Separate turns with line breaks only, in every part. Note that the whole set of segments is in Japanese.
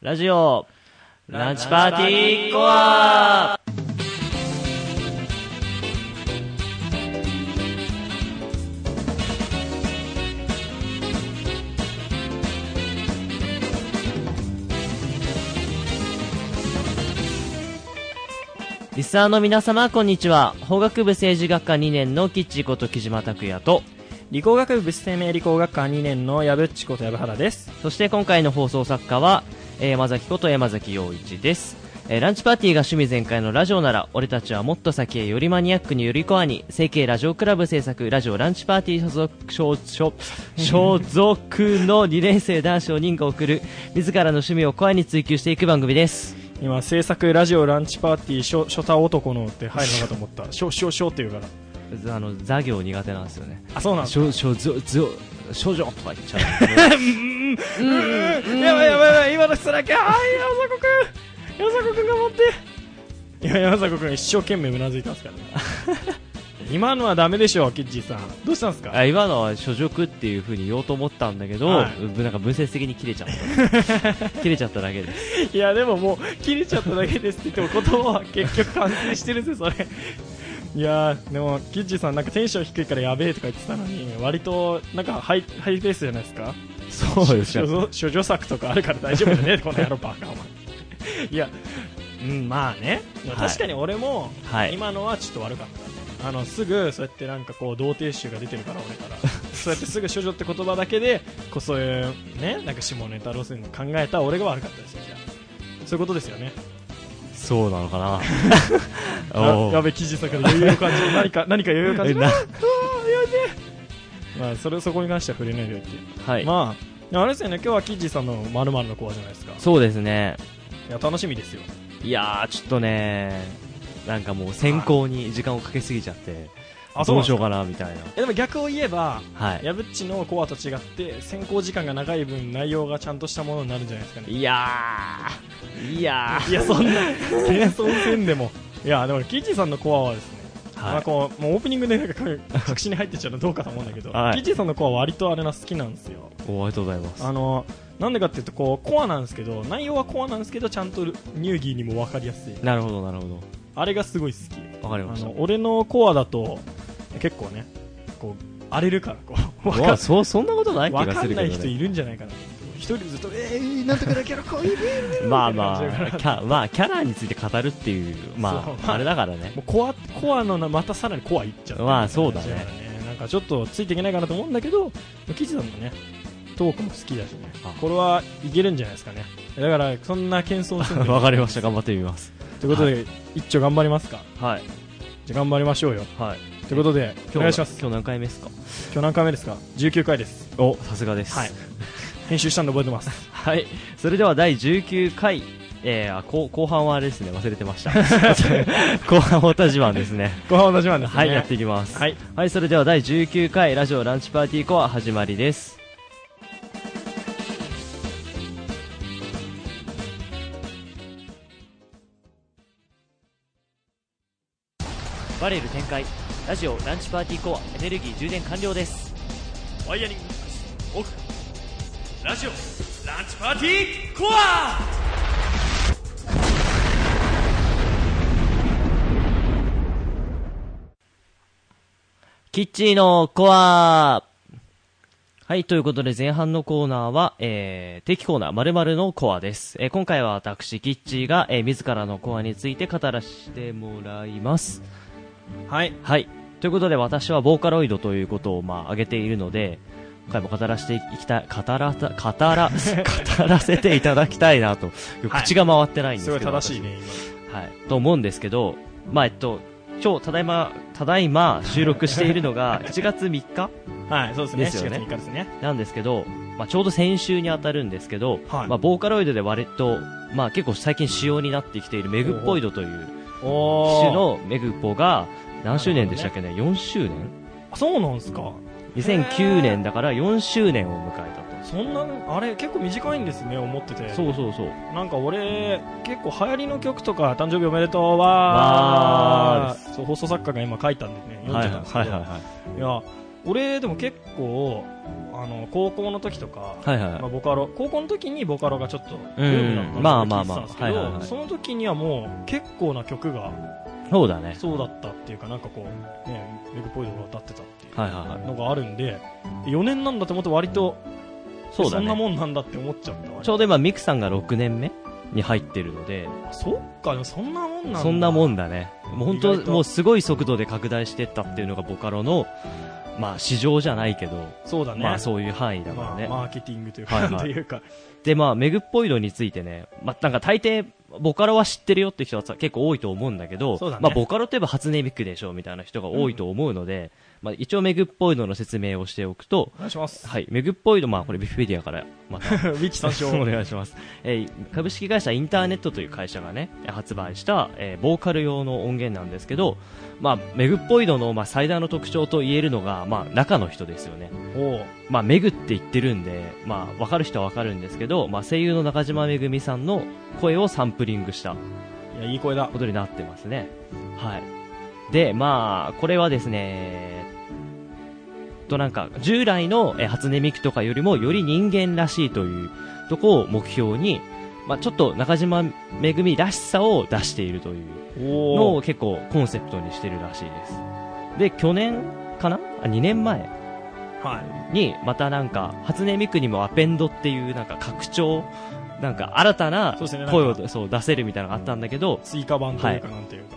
ラジオ、ランチパーティーコアリスナーの皆様、こんにちは。法学部政治学科2年のキッチこと木島拓也と、
理工学部物生命理工学科2年の矢ぶっちこと矢原です。
そして今回の放送作家は、えー山崎こと山崎陽一です。えーランチパーティーが趣味全開のラジオなら、俺たちはもっと先へよりマニアックによりコアに、成形ラジオクラブ制作、ラジオランチパーティー所属、所所所属の2年生男子を人が送る、自らの趣味をコアに追求していく番組です。
今、制作ラジオランチパーティー初初太男のって入るのかと思った。しょしょしょって言うから。
あの、座行苦手なんですよね。
あ、そうなんだ。
少少女女少女とか言っちゃう。
やばいやばいやばい、今の人だけ、あー、山迫くん山迫くんが持って。いや、山迫くん一生懸命うなずいたんですからね。今のはダメでしょ、キッチーさん。どうしたんですか
あ今のは所属っていう風に言おうと思ったんだけど、
はい
ぶなんか無節的に切れちゃっ た。切れちゃっただけです。
いやでももう切れちゃっただけですって言っても言葉は結局完成してるんですよそれいやーでもキッチーさんなんかテンション低いからやべえとか言ってたのに割となんかハイハイペースじゃないですか
そうです
処女処女作とかあるから大丈夫じゃ ねえこの野郎バカお前いやうんまあね、
はい
確かに俺も
はい。
今のはちょっと悪かった、あのすぐそうやってなんかこう童貞臭が出てるから俺から そうやってすぐ処女って言葉だけでこうそういうねなんか下ネタ路線の考えた俺が悪かったですよじゃあそういうことですよね
そうなのか な。
あ
お
や
ー
べ記事さから余裕を感 じる何か何か余裕を感じ
え
る
な
あーまあそれそこに関しては触れないでおいて、
はい。
まああれですよね今日はキッジさんのまるまるのコアじゃないですか
そうですね。
いや楽しみですよ
いやー、ちょっとねなんかもう選考に時間をかけすぎちゃって、どうしようかな、みたいな。
えでも逆を言えば
はい。
やぶっちのコアと違って選考時間が長い分内容がちゃんとしたものになるんじゃないですかね
いやー、いや
いやそんな謙遜せんでもいやでもキッチさんのコアはですね、
ー。
ま
は
あ、こうもうオープニングでなんか確信に入ってっちゃうのどうかと思うんだけど、
はい
キッチさんのコアは割とあれな好きなんですよ
い。おありがとうございます。
あのなんでかっていうとこうコアなんですけど内容はコアなんですけどちゃんとニューギーにも分かりやすい
なるほど、なるほ
あれがすごい好き
ど。わかりま
あ
した
の。俺のコアだと結構ねこう荒れるからこう
うわ、そう、そんなことない気
わ
が
か
す
ん
るけど、
ない
ね。
人いるんじゃないかな一人ずっと「えー、なんとかだけどこういうね
まあま
みたいな
あ
感じだ
キ
か
ャ、まあ、キャラについて語るっていう、
そ
ま
うま
あ、
あ
あれだからね
も。うコアコアのなまたさらにコアいっちゃって
まあそうだね
なんかちょっとついていけないかなと思うんだけど記事さんもねトークも好きだしね
あ
これはいけるんじゃないですかねだからそんな謙遜する の
わかりました、頑張ってみます。
ということで、一丁頑張りますか
はい。
じゃあ頑張りましょうよ
はい。
ということで
今日
お願いします
今日何回目ですか
今日何回目ですか19回です
お、さすがです。
はい編集したの覚えてます
はい。それでは第19回、えー、あ後後半はあれですね、忘れてました。 後半は田島ですね。
ご飯を出しまんですね
はい、やっていきます。
はい
はい、それでは第19回ラジオランチパーティーコア始まりです。バレル展開ラジオランチパーティーコアエネルギー充電完了です。
ワイヤリングオフラジオランチパーティーコア
キッチーのコアはい、ということで前半のコーナーは、えー、定期コーナー〇〇のコアです。えー、今回は私、キッチーが、えー、自らのコアについて語らせてもらいます。
はい
はい。ということで、私はボーカロイドということを、まあ、挙げているので、今回も語らせていきたい、語らた、語 ら、語らせていただきたいなと。
はい
口が回ってないんです
す
け
ご
ど。
い正しいね
私。はい。と思うんですけど、まあ、えっと、今日、ただいま、ただいま収録しているのが、7月3日
今はいそうですね
ですよね
4月3日ですね
なんですけど、まあ、ちょうど先週に当たるんですけど、
はい
まあ、ボーカロイドで割と、まあ、結構最近仕様になってきているメグっぽいドという機
お
種のメグポが、何周年でしたっけね ?4 周年
そうなんすか
2009年だから4周年を迎えた
そんなあれ結構短いんですね思ってて
と。そうそうそう。
なんか俺結構流行りの曲とか誕生日おめでとうは
わー
そう放送作家が今書いたんでね読んでたんですけど、い
は
や俺でも結構あの高校の時とか、
はいはい
まあ、ボカロ高校の時にボカロがちょっとブ
うん
ームなのか
ま
な
あ
って
ま
聞
あまあ
いてたんですけ
はいはいは
ど
い
その時にはもう結構な曲が
そうだね
そうだったっていうかなんかこうねメグポイドが歌ってたっていう
はいはいはい
のがあるんで4年なんだと思って割と
そうだ
んな
ね
もんなんだって思っちゃった割と
ちょうど今ミクさんが6年目に入ってるので
あそっかでもそんなもんなんだ
そんなもんだねもう本
意外
当
と
もうすごい速度で拡大してったっていうのがボカロのまあ市場じゃないけど、
そうだね、
まあそういう範囲だから
ま
ね、
あ、マーケティングというか、
はいはい
なんというか
でまあメグっぽいのについてねまあなんか大抵ボカロは知ってるよって人はさ結構多いと思うんだけど
そうだね
まあボカロといえば初音ミクでしょみたいな人が多いと思うので、まあ一応メグっぽいのの説明をしておくと
お願いします
はい、メグっぽいの、まあ、これ、ビフィディアから、また
ウィキ参照
お願いします、えー株式会社インターネットという会社がね発売した、えーボーカル用の音源なんですけど、まあ、メグっぽいのの、まあ、最大の特徴と言えるのが、まあ、中の人ですよね、
おう
まあ、メグって言ってるんで、まあ、分かる人は分かるんですけど、まあ、声優の中島めぐみさんの声をサンプリングした
いやいい声だ
ことになってますね。はい。で、まあ、これはですね、えっとなんか、従来のえ初音ミクとかよりもより人間らしいというとこを目標に、まあちょっと中島めぐみらしさを出しているというの
お
を結構コンセプトにしてるらしいです。で、去年かなあ、2年前
は
に、またなんか、初音ミクにもアペンドっていうなんか拡張、なんか新たな
そうですねなんか
声をそう出せるみたいなのがあったんだけど
い、追加版というかなんていうか、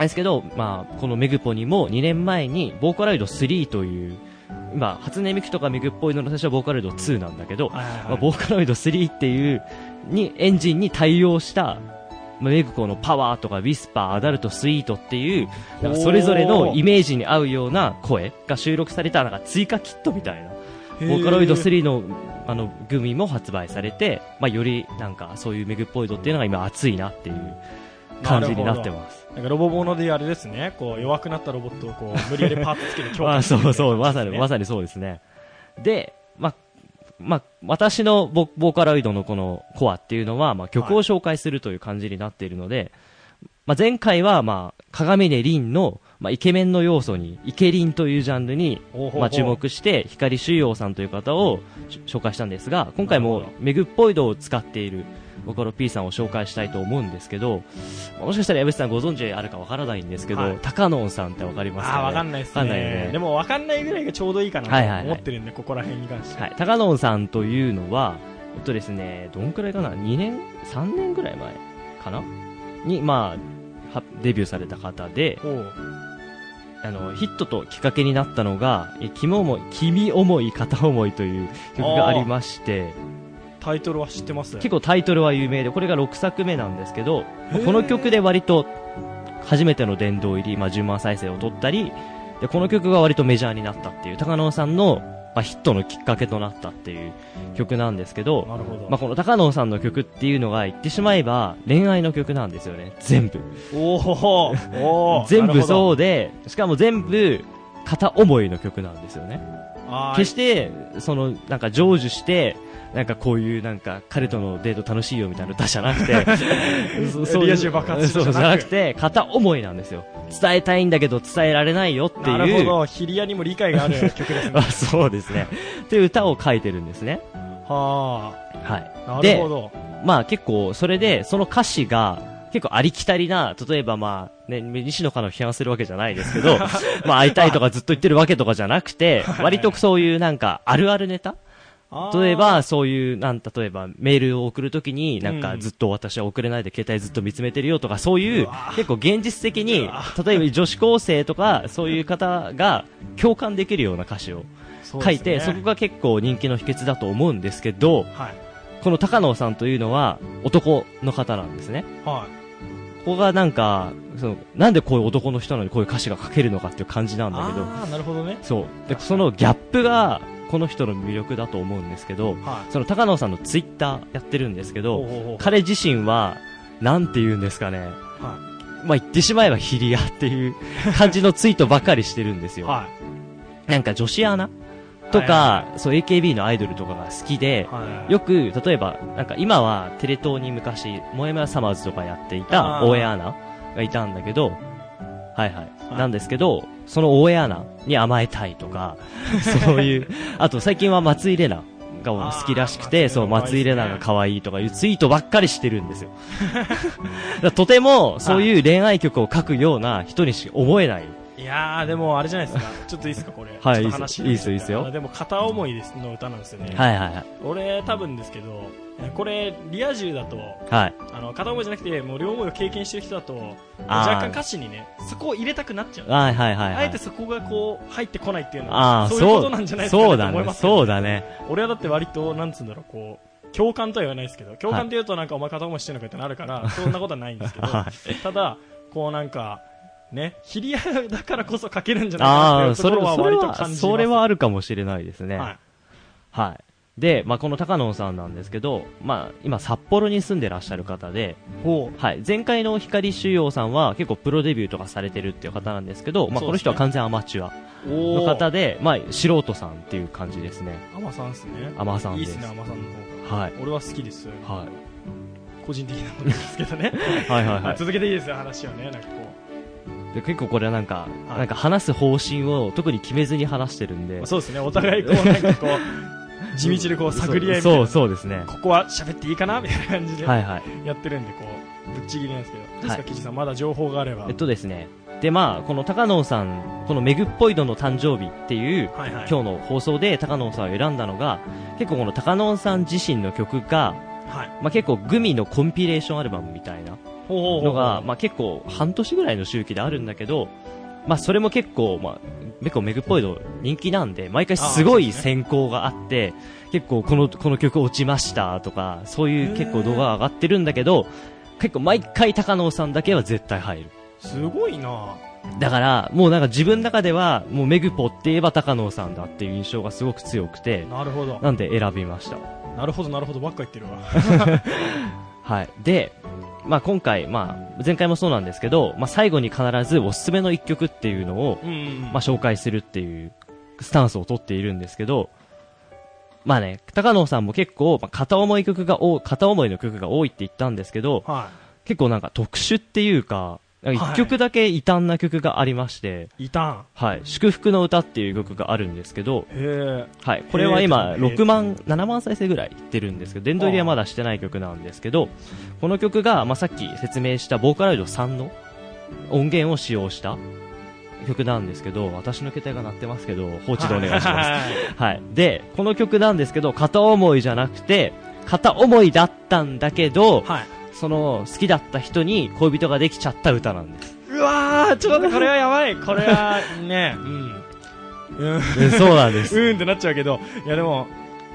ですけど、まあ、このメグポにも2年前にボーカロイド3という、まあ、初音ミクとかメグっぽいのの最初はボーカロイド2なんだけど、
はいはいはい
まあ、ボーカロイド3っていうにエンジンに対応した、まあ、メグコのパワーとかウィスパー、アダルト、スイートっていう、なんかそれぞれのイメージに合うような声が収録されたなんか追加キットみたいな。
へー
ボーカロイド3のあのグミも発売されて、まあ、よりなんかそういうメグっぽいドっていうのが今熱いなっていう感じになってます。
なんかロボボのであれですねこう弱くなったロボットを こう無理やりパーツつけて強
あ
化
あ
する
そうそう、まさに、
ね
まさにそうですね。で、まあ、まあ、私のボボーカロイドのこのコアっていうのは、まあ、曲を紹介するという感じになっているので、まあ、前回は、まあ、鏡音凛の、まあ、イケメンの要素に、イケリンというジャンルに、
おうほうほう
まあ、注目して、光修陽さんという方をし紹介したんですが、今回も
なるほ、
メグっぽい度を使っている、ボカロ P さんを紹介したいと思うんですけど、まあもしかしたら矢部さんご存知あるかわからないんですけど、
はい
高野さんってわかりますか、
あ
ね、
ーわかんないです
わ
ね
かんないよね
でもわかんないぐらいがちょうどいいかな
はいはいはい
と思ってるんで、ここら辺に関して、
はい、高野さんというのは、えっとですね、どんくらいかな、2年、3年ぐらい前かなに、まあ、はデビューされた方で、
おう
あの、ヒットときっかけになったのが、え君思い、君思い、片思いという曲がありまして、
タイトルは知ってます
結構タイトルは有名で、これが6作目なんですけど、
へー
この曲で割と、初めての殿堂入り、まあ、10万再生を取ったり、で、この曲が割とメジャーになったっていう、高野さんの、まあ、ヒットのきっかけとなったっていう曲なんですけど、
なるほど、
まあ、この高野さんの曲っていうのが言ってしまえば恋愛の曲なんですよね全部
おーお ー
全部
なるほど
そうでしかも全部片思いの曲なんですよね
あー
決してそのなんか成就してなんかこういうなんか彼とのデート楽しいよみたいな歌じゃなく てそ
リア充爆発す
そ
る
う
じ
じ
ゃ
ゃ
な
な
く
くて片思いなんですよ伝えたいんだけど伝えられないよって
なる
い
ほ
う
どヒリアにも理解がある曲ですね
あそうですねっていう歌を書いてるんですね
は
はい
あな
で
るほど
まあ結構、それで、その歌詞が、結構ありきたりな、例えばまあ、ね、西野カナを批判するわけじゃないですけ ど、まあ会いたいとかずっと言ってるわけとかじゃなくて、割とそういうなんか、あるあるネタ
あー
例えば、そういう、なん、例えば、メールを送るときに、なん
う
か、
ん
ずっと私は送れないで携帯ずっと見つめてるよとか、そういう
うわ、
結構現実的に
うわ、
例えば女子高生とか、そういう方が共感できるような歌詞を
そうです
書
ね
いて、そこが結構人気の秘訣だと思うんですけど、
はい
この高野さんというのは男の方なんですね。
は
ここがなんか、その、なんでこういう男の人なのにこういう歌詞が書けるのかっていう感じないんだけど、
ああなるほどね
そう。で、そのギャップが、この人の魅力だと思うんですけど、
はい
その高野さんのツイッターやってるんですけ
おう
ど、
おうおう
彼自身は、なんて言うんですかね。
は
まあ、言ってしまえばヒリアって いう感じのツイートばかりしてるんです
い
よ。
は
なんか女子アナと
は
か、そう AKB のアイドルとかが好きで
い、はい
よく、例えば、なんか今はテレ東に昔、萌え村サマーズとかやっていた
あー
大江アナがいたんだけど、はいはい。
はい
なんですけど、その大江アナに甘えたいと か、そういう、あと最近は松井玲奈が好きらしく
あー
て、そう、
松
松
井
井
玲
玲
奈
奈が可愛いとかいうツイートばっかりしてるん ですよ。だからとても、そういう恋愛曲を書くような人にしか思えない。
いやーでもあれじゃないです かちょっといいですかこれ
はい
ちょっと話
いいっすよいいっすよいいっすよ
あでも片思いですの歌なんですよね、
はいはいはい。
俺多分ですけどこれリア充だと
はい。
あの片思いじゃなくてもう両思いを経験してる人だと
あー
若干歌詞にねそこを入れたくなっちゃう
はいはいはい、はい。
あえてそこがこう入ってこないっていうの
あ
は
あ、
そういうことなんじゃないですかね
そう
と
だ
思い
ね。
ますけど
そうだね。
俺はだって割となんつうんだろうこう共感とは言わないですけど共感って言うとなんかお前片思いしてるのかってなるからそんなことはないんですけ ど
は
ただこうなんかね知り合いだからこそ書けるんじゃないか
あ
な
あ、
っていう
そ
と
れ
ころは
は、それ
割と
は、
感じます
それはあるかもしれないですね。
はい
はい。で、まあ、この高野さんなんですけど、まあ、今札幌に住んでらっしゃる方で、
ほ
はい。前回の光修陽さんは結構プロデビューとかされてるっていう方なんですけど、まあ、
そ
こ
うですね
の人は完全アマチュア
うお
の
お
方で、まあ、素人さんっていう感じですね。
アマさんですね
アマさん
い
で
いっ
す。
すねアマさんの方
はい。
俺は好きです
は
個人的なことですけどね
い。はい はい は
続けていいですよ話はねなんかこ
い。で、結構これはなんか、
はい
なんか話す方針を特に決めずに話してるんで
う、そうですねお互いこうなんかこう地道にこう探り合いみたい
そう、
な
そうですね。
ここは喋っていいかなみたいな感じで
はいはい。
やってるんでこうぶっちぎりなんですけど、どうです
は
か、
い
キジさん、まだ情報があれば、
えっとですね。で、まあ、この高野さん、このメグっぽいのの誕生日っていう、
はいはい、
今日の放送で高野さんを選んだのが、結構この高野さん自身の曲が、
はい、
まあ結構グミのコンピレーションアルバムみたいな
ほうほうほう
のが、まあ結構半年ぐらいの周期であるんだけど、まあそれも結構、まあ、結構メグっぽいの人気なんで、毎回すご
あー
い
そうです
選考があって、結構この、この曲落ちましたとか、そういう結構動画が上がってるんだけど、結構毎回高野さんだけは絶対入る。
すごいな、
だから、もうなんか自分の中では、もうメグポって言えば高野さんだっていう印象がすごく強くて、
なるほど、
なんで選びました。
なるほど、なるほどばっか言ってるわ、
はい。で、まあ今回、まあ前回もそうなんですけど、まあ最後に必ずおすすめの一曲っていうのを、
うんうん、
まあ紹介するっていうスタンスを取っているんですけど、まあね、高野さんも結構、まあ片思い曲が多い、片思いの曲が多いって言ったんですけど、
は
結構なんか特殊っていうか、なんか
はい
一曲だけ異端な曲がありまして、
い、いたん、
はい、祝福の歌っていう曲があるんですけど、
へえ、
はい、これは
え
今
ーと
6万、7万再生ぐらいいってるんですけど、殿堂入りはまだしてない曲なんですけど、この曲が、まあ、さっき説明したボーカロイド3の音源を使用した曲なんですけど、私の携帯が鳴ってますけど、放置でお願いし ます。
す、
はい。で、この曲なんですけど、片思いじゃなくて、片思いだったんだけど、
はい、
その好きだった人に恋人ができちゃった歌なんです。
うわー、ちょっと待って、これはやばい、これはね、うん、うん、
そうなんで
う。んってなっちゃうけど、いや、でも、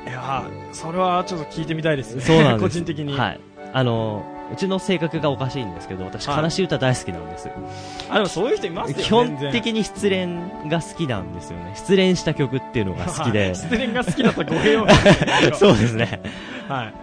いやー、それはちょっと聞いてみたいです ね、
そうなんです。
個人的に、
はい。あのー、うちの性格がおかしいんですけど、私、
はい
悲しい歌大好きなんです。
あでもそういう人いますよね、
基本
全然
的に失恋が好きなんですよね。失恋した曲っていうのが好きで。
失恋が好きだと語弊を
そうですね。
はい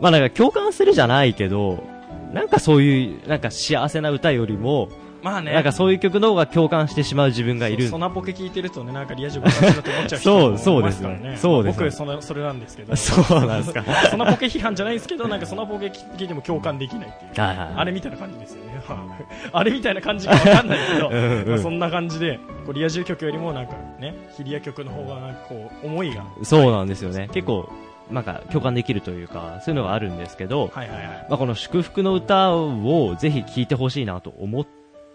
まあなんか共感するじゃないけど、なんかそういう、なんか幸せな歌よりも、
まあね
なんかそういう曲の方が共感してしまう自分がい
そ
る
う。ソナポケ聞いてるとね、なんかリア充がだと思っちゃう人
そう
も
そう
いま
です
か
よ
らね。
そうですよ
僕その、それなんですけど。
そうなんです か。は
ソナポケ批判じゃないですけど、なんかソナポケ聞いても共感できないっていう。
いはいはい
あれみたいな感じですよね。 あれみたいな感じかわかんないけど、
うんうん
まあそんな感じで、こうリア充曲よりもなんかね、ヒリア曲の方がなんかこう、思いが。
そうなんですよね。結構、なんか共感できるというか、そういうのがあるんですけど、
はいはいはい。
まあこの祝福の歌をぜひ聴いてほしいなと思っ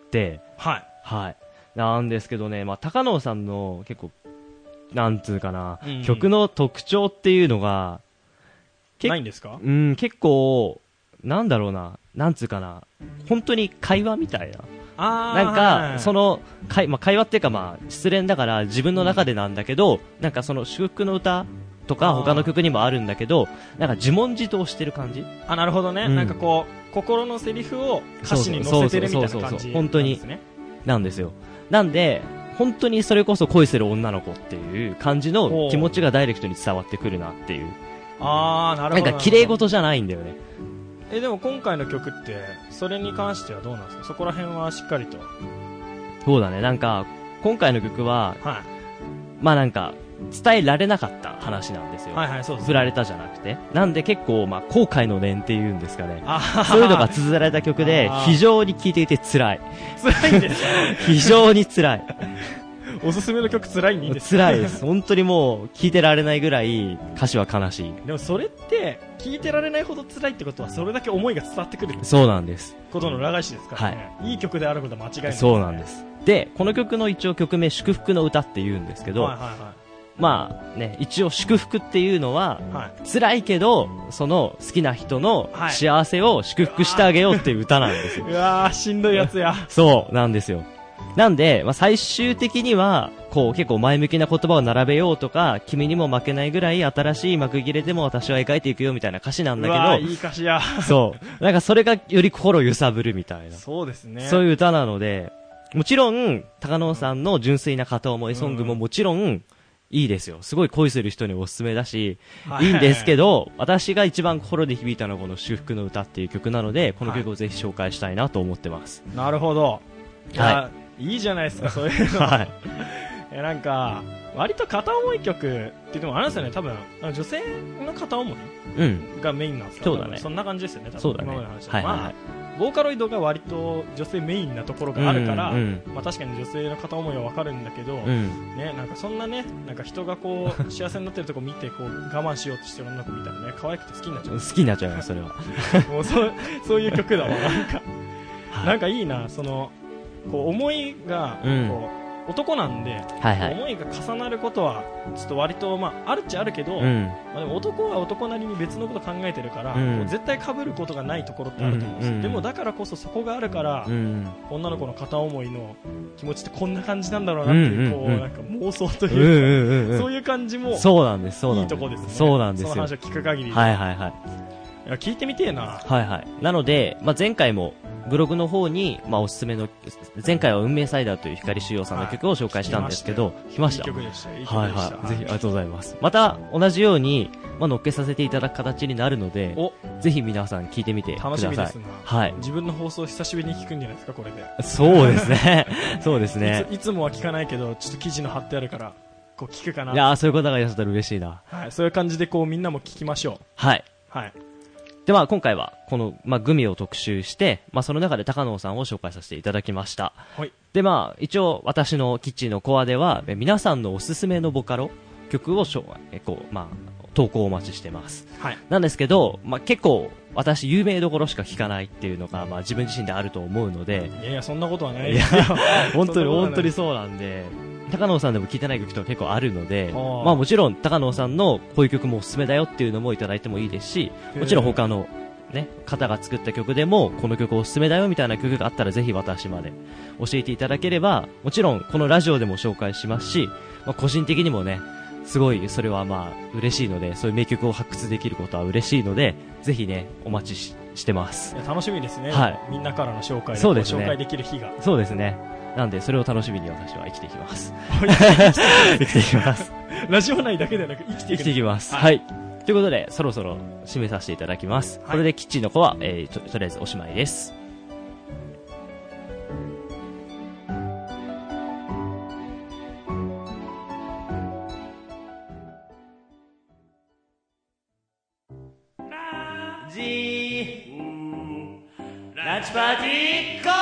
て、
はい。
はい。なんですけどね、まあ、高野さんの結構、なんつうかな、
うん
曲の特徴っていうのが、け
ないんですか
うん、結構、なんだろうな、なんつうかな、本当に会話みたいな。
あ
なんか、そ、の、会まあ、会話っていうかまあ、失恋だから自分の中でなんだけど、なんかその祝福の歌と
あ
か
ー
他の曲にもあるんだけど、なんか自問自答してる感じ
あ、なるほどね。
うん
なんかこう、心のセリフを歌詞に乗せてるみたいな
そうそうそうそ
感
うそ
じ。
う本当に
ですね。
なんですよ。なんで、本当にそれこそ恋する女の子っていう感じ
ほう
の気持ちがダイレクトに伝わってくるなっていう。
あー、なる
な
ほ
ん
ど。
か綺麗事じゃないんだよね。
えでも今回の曲ってそれに関してはどうなんですかそこら辺はしっかりと
そうだね。なんか、今回の曲は、
は
まあなんか、伝えられなかった話なんですよ。
はいはいそうです
振られたじゃなくて。なんで結構、まあ、後悔の念っていうんですかね。
あはは
そういうのが綴られた曲で
あ、ー
非常に聴いていて辛い。
辛いん ですよ
非常に辛い。
おすすめの曲辛いんでいいですか
辛いです。本当にもう、聴いてられないぐらい、歌詞は悲しい。
でもそれって聞いてられないほど辛いってことはそれだけ思いが伝わってくる
そうなんです。
ことの裏返しですからね、い、い曲であることは間違いない
そうなんですす。で、この曲の一応曲名、祝福の歌って言うんですけ
け
ど、
はいは
まあね、一応祝福っていうのは、
いはい、はい、
辛いけど、その好きな人の
はい
幸せを祝福してあげようっていう歌なん ですよ。
うわーしんどいやつや
そうなんですよ。なんで、まあ、最終的には、こう結構前向きな言葉を並べようとか、君にも負けないぐらい新しい幕切れでも私は描いていくよみたいな歌詞 なん
う
だ
わー
け
いい歌詞や
ど、そう。なんかそれがより心を揺さぶるみたいな。
そうですね
そう
う
いう歌なので、もちろん、高野さんの純粋な片思いソングももちろん、いいですよ。すごい恋する人におすすめだし、
はい
いいんですけど、私が一番心で響いたのはこの修復の歌っていう曲なので、この曲をぜひ紹介したいなと思ってます。
なるほどい、
はい
いいじゃないですかそういうの
はい。
いやなんか割と片思い曲って言ってもあれなんですよね多分なんか女性の片思い
うん。
がメインなんですか
そうだね
多分そんな感じですよね多分
そうだね。は
今
い
までの話だと
はい
ま
は
あ、ボーカロイドが割と女性メインなところ
い。
があるから、
うんうん
まあ、確かに女性の片思いはわかるんだけど、
うん。うん
ね、なんかそんなねなんか人がこう幸せになってるとこ見てこう我慢しようとしてる女の子みたいなね可愛くて好きにな っちゃ
好きになっちゃいます、それは。
うもうそうそういう曲 だわなんか
はい
なんかいいなそのこう思いがこう、
うん
男なんで、
はいはい。
思いが重なることはちょっと割と、まあ、あるっちゃあるけど、
うん。
まあ、でも男は男なりに別のこと考えてるから、
うん
こう絶対被ることがないところってあると思うんですよ、
うんうん
でもだからこそそこがあるから、
う ん。
女の子の片思いの気持ちってこんな感じなんだろうなっていう,、
うんうん
こ
う
うんなんか妄想と
うん
いう
う
か、
んうん
そういう感じ
う
も
ん。そうなんです、そうなん
い
で
い
す。
とこですね
そうなんです
そ
よ。
の
は
話を聞く限り、
いはいはい。
いや聞いてみてえな
はいはい。なので、まあ、前回もブログの方に、まあ、おすすめの、前回は運命サイダーという光修洋さんの曲を紹介したんですけど、来ました。
いい曲でしたいい曲
は
で
い
した、
はい。ぜひありがとうございます。また、同じように、まあ、乗っけさせていただく形になるので、
お
ぜひ皆さん聞いてみてくだ
楽し
さい。
みですな、
はい。
自分の放送久しぶりに聞くんじゃないですかこれで、
そうですね。 そうですね。
いついつもは聞かないけどちょっと記事の貼ってあるからこう聞くかない
やーそういう方がいらっしゃったら嬉しいな。
はい、そういう感じでこうみんなも聞きましょう
はい。
はい
で、まあ、今回は、この、まあ、グミを特集して、まあ、その中で高野さんを紹介させていただきました。
はい
で、まあ、一応、私のキッチンのコアでは、え皆さんのおすすめのボカロ曲をしょ、えこう、まあ、投稿をお待ちしてます。
はい
なんですけど、まあ、結構、私、有名どころしか聞かないっていうのが、まあ、自分自身であると思うので、
いやいやそんなことはない
いや
ですよ
本当に、
そんなことはない
本当にそうなんで、高野さんでも聞いてない曲とか結構あるので、
あー
まあもちろん高野さんのこういう曲もおすすめだよっていうのもいただいてもいいですし、もちろん他のね、方が作った曲でも、この曲おすすめだよみたいな曲があったらぜひ私まで教えていただければ、もちろんこのラジオでも紹介しますし、まあ個人的にもね、すごいそれはまあ嬉しいので、そういう名曲を発掘できることは嬉しいので、ぜひね、お待ちししてます
い。や楽しみですね、
はい
みんなからの紹介
そうですね
ご紹介できる日が
そうですね。なんで、それを楽しみに私は生きていきます。 生きていきます。
ラジオ内だけでなく生きて
生
い
き
く
ていきます。
は
はい。ということで、そろそろ締めさせていただきます。
はい
これでキッチンの子は、えーと、とりあえずおしまいです。ラジランチパーティーゴー